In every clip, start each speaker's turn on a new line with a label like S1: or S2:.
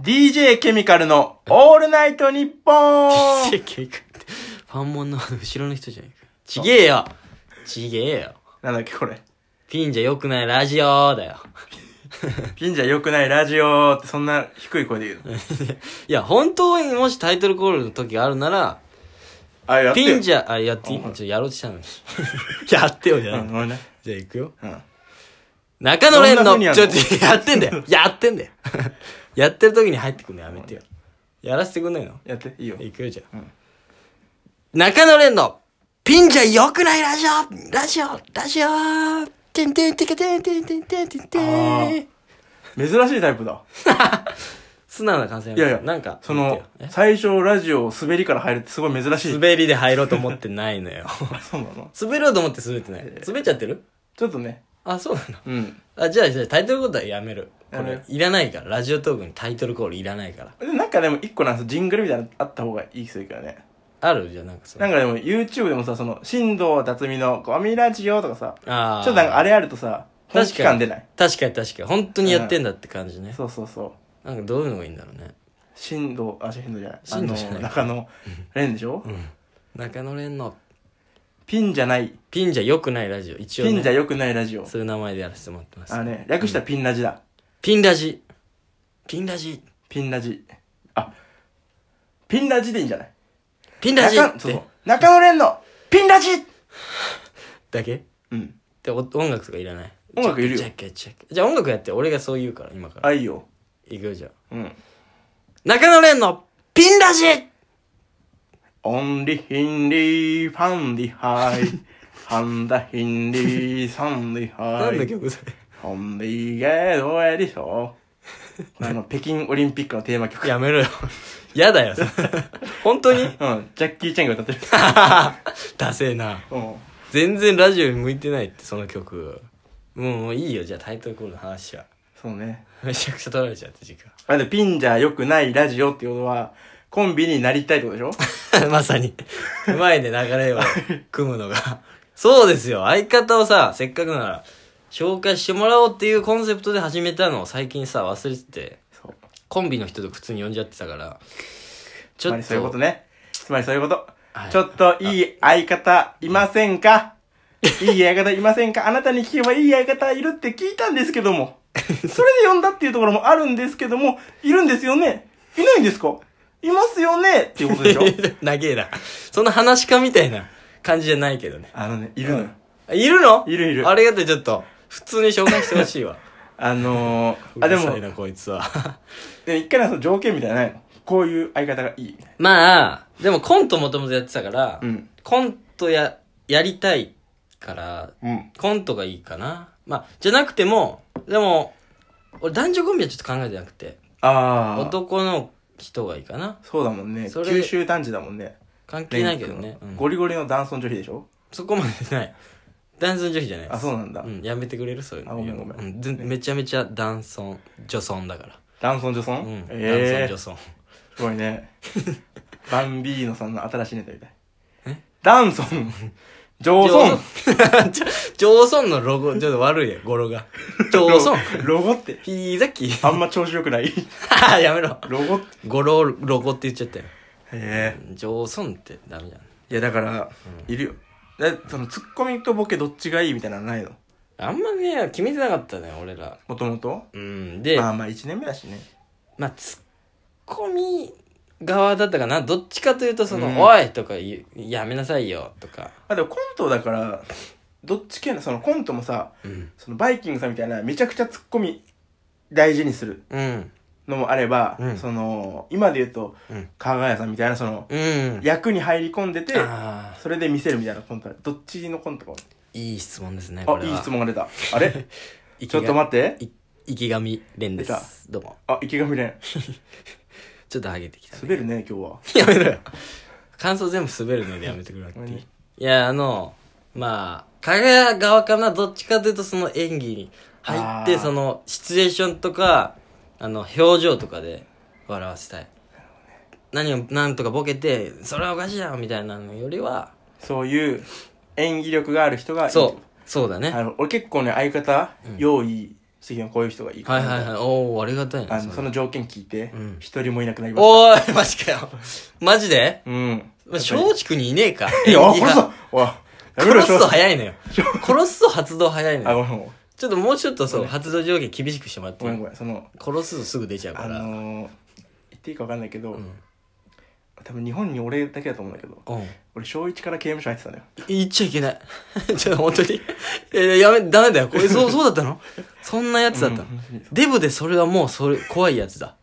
S1: DJ ケミカルのオールナイトニッポ ン
S2: 世界観ってファンモンの後ろの人じゃないか。ちげえよちげえよ
S1: なんだっけこれ。
S2: ピンじゃ良くないラジオだよ。
S1: ピンじゃ良くないラジオってそんな低い声で言うの。
S2: いや、本当にもしタイトルコールの時があるなら、
S1: あ、やってよ
S2: ピンじゃ、あ、やっていいちょっとやろうとし たのに。やってよじ
S1: う
S2: ゃ
S1: ん、
S2: ない。
S1: ごめんね。
S2: じゃあ行くよ。
S1: うん。
S2: 中野蓮
S1: どんな風にや
S2: の、
S1: る
S2: ち
S1: の
S2: ょっとやってんだよ。やってんだよ。 やってる時に入ってくんのやめてよ。やらせてくんないの
S1: やって、いいよ。
S2: 行くよじゃあ、
S1: うん
S2: 中野蓮のピンじゃ良くないラジオラジオラジオてんてんてけてんてんてんてんてんてん
S1: あ珍しいタイプだ。
S2: 素直な感想や
S1: いやいや、
S2: なんか
S1: そ
S2: 言っ
S1: の
S2: てよ、え
S1: 最初ラジオ滑りから入るってすごい珍しい。
S2: 滑りで入ろうと思ってない のよ
S1: そうなの
S2: 滑ろうと思って滑ってない滑っちゃってる
S1: ちょっとね。
S2: あそうなの
S1: うん。
S2: あじゃあじゃあタイトルコールはやめるこ
S1: やめ
S2: れ
S1: る
S2: いらないからラジオトークにタイトルコールいらないから
S1: でなんかでも一個なんですジングルみたいなのあった方がいい気するからね。
S2: あるじゃあなんかそ
S1: な
S2: の
S1: んかでも YouTube でもさ、その、新藤辰巳のゴミラジオとかさ、ち
S2: あ
S1: ょ
S2: あ
S1: っとなんかあれあるとさ、本気感出ない。
S2: 確かに確かに本当にやってんだって感じね、
S1: そうそうそう。
S2: なんかどういうのがいいんだろうね
S1: 新藤、あ、新藤じゃない。
S2: 新藤じゃない
S1: あの、中野蓮でしょ
S2: 中野蓮の
S1: ピンじゃない。
S2: ピンじゃ良くないラジオ一応、ね、
S1: ピンじゃ良くないラジオ。
S2: そういう名前でやらせてもらってます
S1: あのね、略したらピンラジだ。
S2: ピンラジピンラジ
S1: ピンラジ。あ、ピンラジでいいんじゃない
S2: ピンラジっ
S1: 中
S2: て
S1: そうそう中野蓮のピンラジ
S2: だけっ
S1: うん。
S2: てお音楽とかいらない
S1: 音楽いるよ
S2: チェックチェックチェックじゃあ音楽やって俺がそう言うから今から
S1: あ、いいよ。
S2: いくよじゃあ
S1: うん。
S2: 中野蓮のピンラジ
S1: オンリヒンリー、ファンディハ イ。ハンダヒンリー、サンディハ
S2: なんだ
S1: イ。
S2: 曲それ
S1: ホンディゲードエディション。 あの、北京オリンピックのテーマ曲。
S2: やめろよ やだよそれ本当に
S1: うん、ジャッキー・チェンが歌ってる。
S2: ダセえな
S1: うん。
S2: 全然ラジオに向いてないってその曲もうもういいよじゃあタイトルコールの話は
S1: そうね。
S2: めちゃくちゃ取られちゃって時間
S1: あで、ピンじゃ良くないラジオっていうことは、コンビになりたいってことでしょ
S2: まさに。うまいね、流れを組むのが。そうですよ。相方をさ、せっかくなら、紹介してもらおうっていうコンセプトで始めたのを最近さ、忘れてて、
S1: そう。
S2: コンビの人と普通に呼んじゃってたから、ち
S1: つ
S2: ょ
S1: ま
S2: っ
S1: り
S2: と、
S1: そういうことね。つまりそういうこと。
S2: はい
S1: ちょっといい相方いませんかいい相方いませんかあなたに聞けばいい相方いるって聞いたんですけど も。それで呼んだっていうところもあるんですけども、いるんですよねいないんですかいますよねっていうこと でしょ
S2: 長えな。そんな話かみたいな感じじゃないけどね。
S1: あのね、いるのよ。
S2: あいるの
S1: いるいる
S2: ありがとう、ちょっと。普通に紹介してほしいわ。
S1: あの ー、あ、で
S2: うるさ
S1: も
S2: い、な、こいつは。
S1: で一回のその条件みたいなのないのこういう相方がいい。
S2: まあ、でもコントもともとやってたから、
S1: うん
S2: コントや、やりたいから、
S1: うん。
S2: コントがいいかな。まあ、じゃなくても、でも、俺男女コンビはちょっと考えてなくて、
S1: ああ。
S2: 男の人がいいかな。
S1: そうだもんね。
S2: それ
S1: 九州男児だもんね。
S2: 関係ないけどね。うん
S1: ゴリゴリの男尊女卑でしょ
S2: そこまでない。男尊女卑じゃないです。
S1: あ、そうなんだ
S2: う。ん、やめてくれるそういう
S1: あ
S2: の。
S1: ごめんごめん
S2: うんずめちゃめちゃ男尊、女尊だから。
S1: 男尊女尊
S2: うん。
S1: ええ
S2: 男。尊、女尊。
S1: すごいね。バンビーノさんの新しいネタみたい。
S2: え
S1: ダンソン、ジョーソン、
S2: ジョーソンジョーソンのロゴ、ちょっと悪いや、語呂が。ジョーソン。
S1: ロゴって、
S2: ピザキ
S1: あんま調子良くない。
S2: やめろ。
S1: ロゴって。
S2: 語呂、ロゴって言っちゃったよ。
S1: へ
S2: ジョーソンってダメじゃん。
S1: え。いや、だから、いるよ。で、その、ツッコミとボケどっちがいいみたいなのないの
S2: あんまね、決めてなかったね、俺ら。
S1: もともと
S2: うん。で、
S1: まあ
S2: まあ、
S1: まあ、1年目だしね。
S2: ツッコミ側だったかな。どっちかというと、その、
S1: うん
S2: おいとか言う、やめなさいよとか。
S1: まあでもコントだから、どっち系の、そのコントもさ、
S2: うん。
S1: そのバイキングさんみたいなめちゃくちゃツッコミ大事にする
S2: うん。
S1: のもあれば、
S2: うん
S1: その、今で言うと、
S2: うん。
S1: 川谷さんみたいなその、
S2: うん。
S1: 役に入り込んでて、
S2: ああ、
S1: それで見せるみたいなコントあるどっちのコントか
S2: いい質問ですね、こ
S1: あ
S2: れは。
S1: いい質問が出たあ れ
S2: 生き
S1: ちょ
S2: が。
S1: っと待って
S2: い池上蓮です。どうも。
S1: あ池上蓮
S2: ちょっと上げてきた、ね。
S1: 滑るね今日は
S2: やめろよ。感想全部滑るのでやめてくれって
S1: ごめんね。
S2: いや、あの、まあ、かが側かな、どっちかというとその演技に入って、
S1: あー
S2: その、シチュエーションとか、あの、表情とかで笑わせたい。何を、なんとかボケて、それはおかしいだろみたいなのよりは、
S1: そういう演技力がある人がいい
S2: そう、そうだね。
S1: あの俺結構ね相方用意し次のこういう人がいいか
S2: は
S1: ら
S2: いはいはい。おおありがたいな。
S1: あ
S2: そ
S1: の
S2: れ
S1: その条件聞いて
S2: うん
S1: 一、人もいなくなりまし
S2: おーい、マジかよ。マジで
S1: たうん
S2: まあ、松竹にいねえか。
S1: いや
S2: 演
S1: あ
S2: 技
S1: 殺すぞおいや
S2: 派
S1: めろ
S2: 殺すと早いのよ。殺すと発動早いの
S1: あ
S2: よ。
S1: ごめんごめん
S2: ちょっともうちょっとそう、発動条件厳しくしてもらってい
S1: ご
S2: い
S1: めんごめんその
S2: 殺すとすぐ出ちゃうか
S1: あ
S2: ら。
S1: のー、言っていいか分かんないけど、
S2: ん
S1: 多分日本に俺だけだと思うんだけど
S2: うん。
S1: 俺小1から刑務所入ってたのよ
S2: 言っちゃいけ ない。ちょっと本当に。 いやいや、やめ、ダメだよ。これ、そう、そうだったのそんなやつだったの。
S1: うん
S2: デブでそれはもう、それ、怖いやつだ。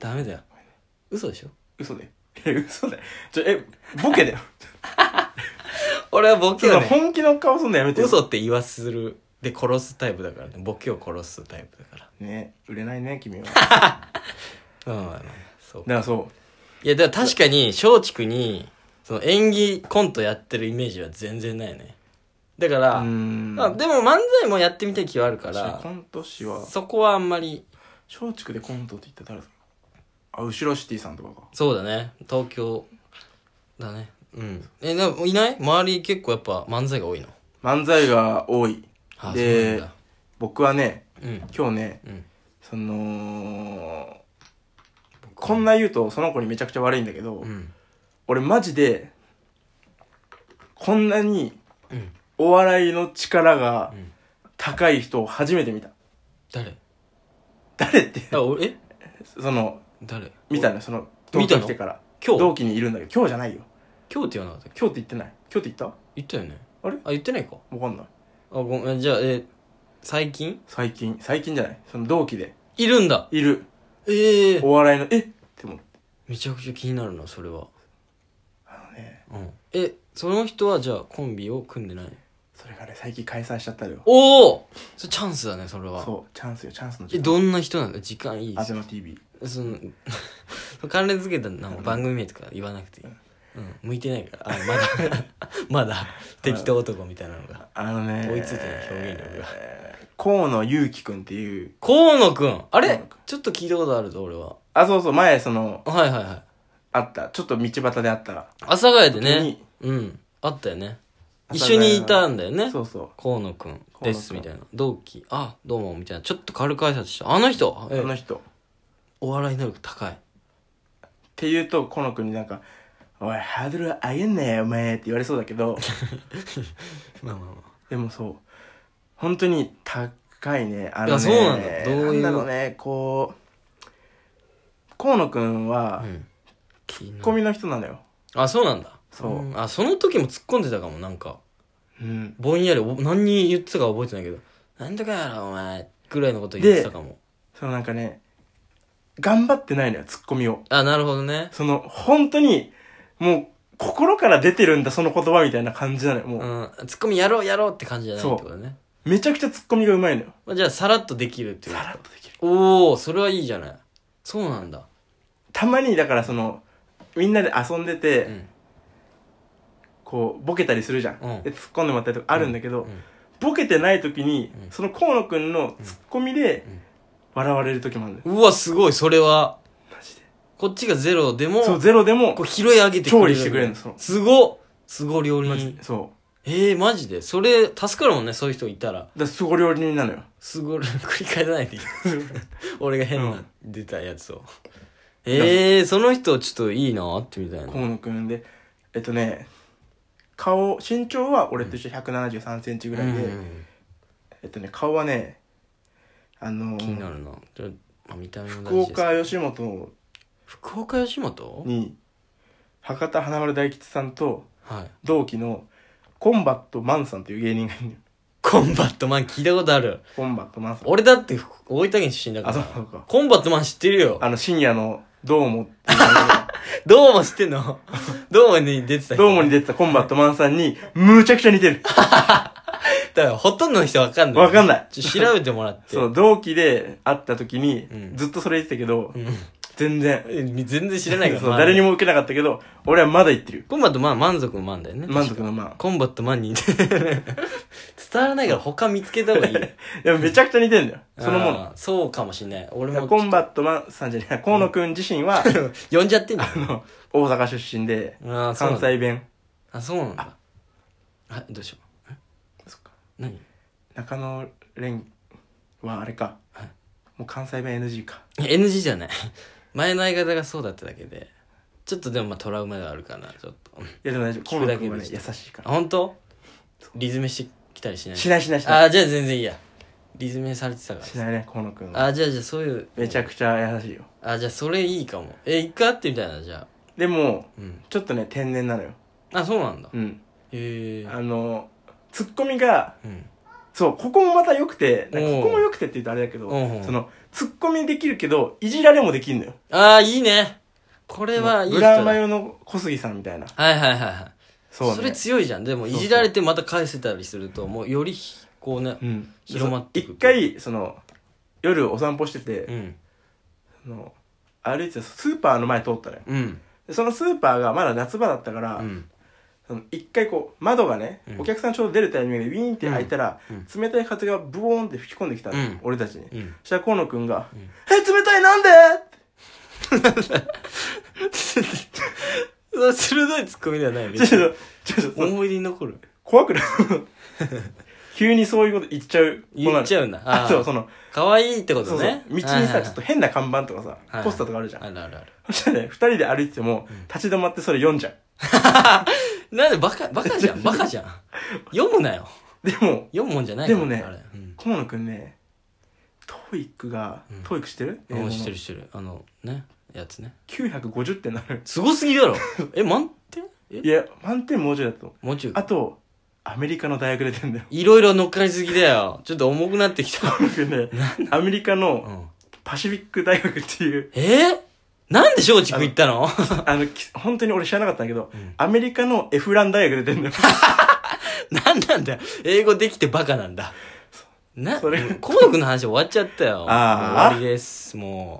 S2: ダメだよ。嘘でしょ
S1: 嘘でえ嘘でちょえボ ケだよ
S2: 俺はボ
S1: ち
S2: ケ
S1: ょっ
S2: を
S1: と
S2: ね、
S1: 本気の顔すんのやめてよ
S2: 嘘って言わする。で、殺すタイプだからね。ボケを殺すタイプだから。
S1: ね売れないね君 はだか
S2: うんまあまあ、そう。
S1: らそう
S2: いや、だから確かに、松竹に、その演技コントやってるイメージは全然ないね。だから、
S1: うーん
S2: まあ、でも漫才もやってみたい気はあるか
S1: 確かにコ
S2: ら、
S1: ント師は
S2: そこはあんまり、
S1: 松竹でコントって言ったら誰だあ後ろシティさんとかか
S2: そうだね。東京だね。うん。え、でもいない周り結構やっぱ漫才が多いの。
S1: 漫才が多い
S2: あ
S1: で僕はね
S2: そうなんだ。
S1: 今日ね
S2: うん。うん。
S1: そのこんな言うとその子にめちゃくちゃ悪いんだけど、
S2: うん。
S1: 俺マジでこんなに
S2: うん。
S1: お笑いの力が
S2: うん
S1: 高い人を初めて見た
S2: 誰
S1: 誰って
S2: あ、俺、え
S1: その
S2: 誰
S1: 見たのその
S2: 見
S1: 同
S2: た
S1: 期
S2: の
S1: 来てから
S2: 今日
S1: 同期にいるんだけど今日じゃないよ
S2: 今日って言わなかったっけ
S1: 今日って言ってない今日って言っ
S2: 言ったよね。
S1: あれ
S2: あ、言ってないか。
S1: たわかんない
S2: あ、ごめん。じゃあ、え、最近
S1: 最近最近じゃないその同期で
S2: いるんだ
S1: いる
S2: ええ
S1: お笑いのえって思って
S2: めちゃくちゃ気になるな、それは。
S1: あのね
S2: うん。え、その人はじゃあコンビを組んでない
S1: それがね最近解散しちゃったのよ
S2: おおそれチャンスだね、それは。
S1: そうチャンスよチャンスの
S2: え、どんな人なんだ時間いい
S1: ア
S2: し
S1: ベマ TV
S2: その 関連付けたなんか番組名とか言わなくていい、うん、向いてないからあまだ まだ適当男みたいなのが
S1: あのね
S2: 追いついてない表現力が
S1: 河野ゆうきくんっていう
S2: 河野くんあ
S1: 河野
S2: れ
S1: く
S2: ちょっと聞いたことあるぞ俺は
S1: あそうそう前その
S2: はいはいはい
S1: あったちょっと道端であった
S2: 阿佐ヶ谷でね
S1: 時
S2: うんあったよね
S1: 阿佐
S2: 一
S1: ヶ
S2: 緒
S1: 谷
S2: にいたんだよね
S1: そうそう
S2: 河野くんです
S1: 河
S2: み
S1: 野く
S2: たいな同期あどうもみたいなちょっと軽く挨拶したあの人
S1: あ
S2: え
S1: の人っ
S2: お笑い能力高い
S1: ていうとこの君になんか「おいハードル上げんなよお前」って言われそうだけ ど
S2: まあまあまあ
S1: でもそう本当に高いねあのね
S2: いやそうなんだどういう
S1: なんだろうねこう河野君は
S2: うん気になる
S1: ツッコミの人なのよ
S2: あそうなんだ
S1: そうん
S2: あその時も突っ込んでたかもなんか
S1: うん
S2: ぼんやりお何に言ってたか覚えてないけど「なんとかやろお前」ぐらいのこと言ってたかも
S1: そのなんかね頑張ってないのよツッコミを
S2: あなるほどね
S1: その本当にもう心から出てるんだその言葉みたいな感じなのよも
S2: う
S1: う、
S2: んツッコミやろうやろうって感じじゃないってことね、
S1: めちゃくちゃツッコミがうまいのよ
S2: まあ、じゃあさらっとできるっていう
S1: さらっとできる
S2: おおそれはいいじゃないそうなんだ
S1: たまにだからそのみんなで遊んでて、
S2: うん
S1: こうボケたりするじゃん、
S2: うん
S1: で突っ込んでもらったりとかあるんだけど、
S2: うん
S1: ボケてない時に、
S2: うん
S1: その河野くんのツッコミで
S2: うん
S1: 笑われる時もあるんだよ、
S2: うわすごいそれは
S1: マジで
S2: こっちがゼロでも
S1: そうゼロでも
S2: こう拾い上げてくれ
S1: 調
S2: る
S1: 理してくれるのそう
S2: すごっすごい料理
S1: マジ
S2: 人
S1: でそ
S2: えー、マジでそれ助かるもんねそういう人いたら
S1: うだすご料理人なのよ
S2: すごい繰り返さない でいい俺が変な出たやつを、ええー、その人ちょっといいな会ってみたいな
S1: 河野くんでえっとね顔身長は俺と一緒1 7 3センチぐらいで、
S2: うんうんうん
S1: えっとね顔はねあのー
S2: 気になるな、ちょまあ、見た目も
S1: 福
S2: 大事です
S1: 岡吉本
S2: 福岡吉本
S1: に博多華丸大吉さんと
S2: はい
S1: 同期のコンバットマンさんという芸人がいるのよ
S2: コンバットマン聞いたことある
S1: コンバットマンさん
S2: 俺だって福大分県出身だか
S1: あそう
S2: ら
S1: かそうか
S2: コンバットマン知ってるよ
S1: あの深夜のどうもっていう番
S2: どうも知ってんの どうもに出てた
S1: 組 ど
S2: 人
S1: うもに出てたコンバットマンさんにむちゃくちゃ似てる
S2: だからほとんどの人わかんない
S1: わかんない
S2: ちょ調べてもらっ て
S1: そう同期で会った時に
S2: うん
S1: ずっとそれ言ってたけど
S2: うん
S1: 全然
S2: え全然知らないから
S1: そう誰にも受けなかったけど俺はまだ言ってる
S2: コンバットマン満足の満だよね
S1: 満足のマン
S2: コンバットマンに 伝わらないから他見つけた方がいいよ
S1: でもめちゃくちゃ似てんだよ そのもの
S2: あーそうかもしんない俺
S1: だか
S2: も
S1: らコンバットマンさんじゃない河野くん自身 は
S2: 呼んじゃってんじゃ
S1: あの大阪出身で
S2: んあーそう
S1: 関
S2: なんだ
S1: 西弁
S2: あそうなんだはいどうしようえ
S1: そっか
S2: 何
S1: 中野蓮はあれか。もう関西弁 NG か。
S2: NG じゃない 前の相方がそうだっただけでちょっとでもまあトラウマがあるかなちょっと
S1: いやでも大丈夫。
S2: 聞
S1: コ
S2: く
S1: ロ
S2: だ
S1: ナ
S2: け
S1: 君は
S2: で
S1: ね、
S2: した
S1: 優しいか
S2: あ
S1: ら。
S2: 本当リズメしてきたりしない
S1: しないしないし
S2: あ
S1: ない。
S2: ーじゃあ全然いいやリズメされてたから
S1: しないね、河野君は。
S2: あーじゃあじゃあそういう
S1: めちゃくちゃ優しいよ。
S2: あーじゃあそれいいかもえ一回会ってみたいなじゃあ
S1: でも、
S2: うん
S1: ちょっとね、天然なのよ。
S2: あそうなんだ
S1: うん。
S2: へえ
S1: あの、ツッコミが、
S2: うん
S1: そう、ここもまた良くて、なんか
S2: お
S1: こ
S2: う
S1: こも良くてって言うとあれだけど
S2: おうおう、
S1: その、ツッコミできるけど、いじられもできんのよ。
S2: ああいいねこれはいい
S1: ブ
S2: 人だ
S1: ラマ
S2: はい
S1: ヨの小杉さんみたいな。
S2: はいはいはい
S1: そうね。
S2: それ強いじゃんでもい
S1: そうそう
S2: じられてまた返せたりするともうよりこうね
S1: うん。
S2: 広まっていく
S1: 一回、その、夜お散歩して
S2: う
S1: て、
S2: ん
S1: あの歩いてたスーパーの前通ったのよ。
S2: うん
S1: でそのスーパーがまだ夏場だったから、
S2: うん
S1: その一回こう、窓がね、
S2: うん
S1: お客さんちょうど出るタイミングでウィーンって開いたら、
S2: うん
S1: 冷たい風がブオーンって吹き込んできたの、
S2: うん
S1: 俺たちに。
S2: うん
S1: そしたら河野くんが、
S2: ん
S1: え、冷たいなんで
S2: それ鋭いツッコミではない
S1: ちょっと、ちょっと、
S2: 思い出に残る
S1: 怖くない急にそういうこと言っちゃう子なの。
S2: 言っちゃうんだあ
S1: あ、
S2: ー
S1: そう、その、
S2: 可愛いってこ
S1: そ
S2: と
S1: うそう
S2: ね
S1: 道に
S2: はいはいは
S1: さ、
S2: い
S1: ちょっと変な看板とか
S2: は
S1: さ
S2: い、
S1: ポスターとかあるじゃん。
S2: あるあるある
S1: そしたらね、二人で歩いてても、立ち止まってそれ読んじゃう。
S2: なんでバカバカじゃんバカ じゃん読むなよ
S1: でも、
S2: 読むもんじゃないから
S1: でもね
S2: あれうん
S1: 河野くんね、トーイックが、トーイックしてる、
S2: うんしてる
S1: る。
S2: してるあのねやつね
S1: 950点なのよ。
S2: すごすぎだろえ満 点え
S1: いや、満点もうちょいだと思う。
S2: もうちょい
S1: あと、アメリカの大学出てんだよ。
S2: いろいろ乗っかりすぎだよちょっと重くなってきた
S1: 僕ね、アメリカ
S2: う
S1: の
S2: ん
S1: パシフィック大学っていう、
S2: えーなんで松竹行ったの
S1: あの、き本当に俺知らなかったんだけど
S2: ん、
S1: アメリカのエフラン大学出てんだよ。
S2: なんなんだよ英語できてバカなんだな、
S1: それ
S2: 孤独の話終わっちゃったよ。
S1: あー
S2: もう終わりです、もう。